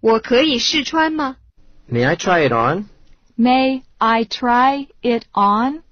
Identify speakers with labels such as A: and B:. A: 我可以试穿吗？
B: May I try it on?
C: May I try it on?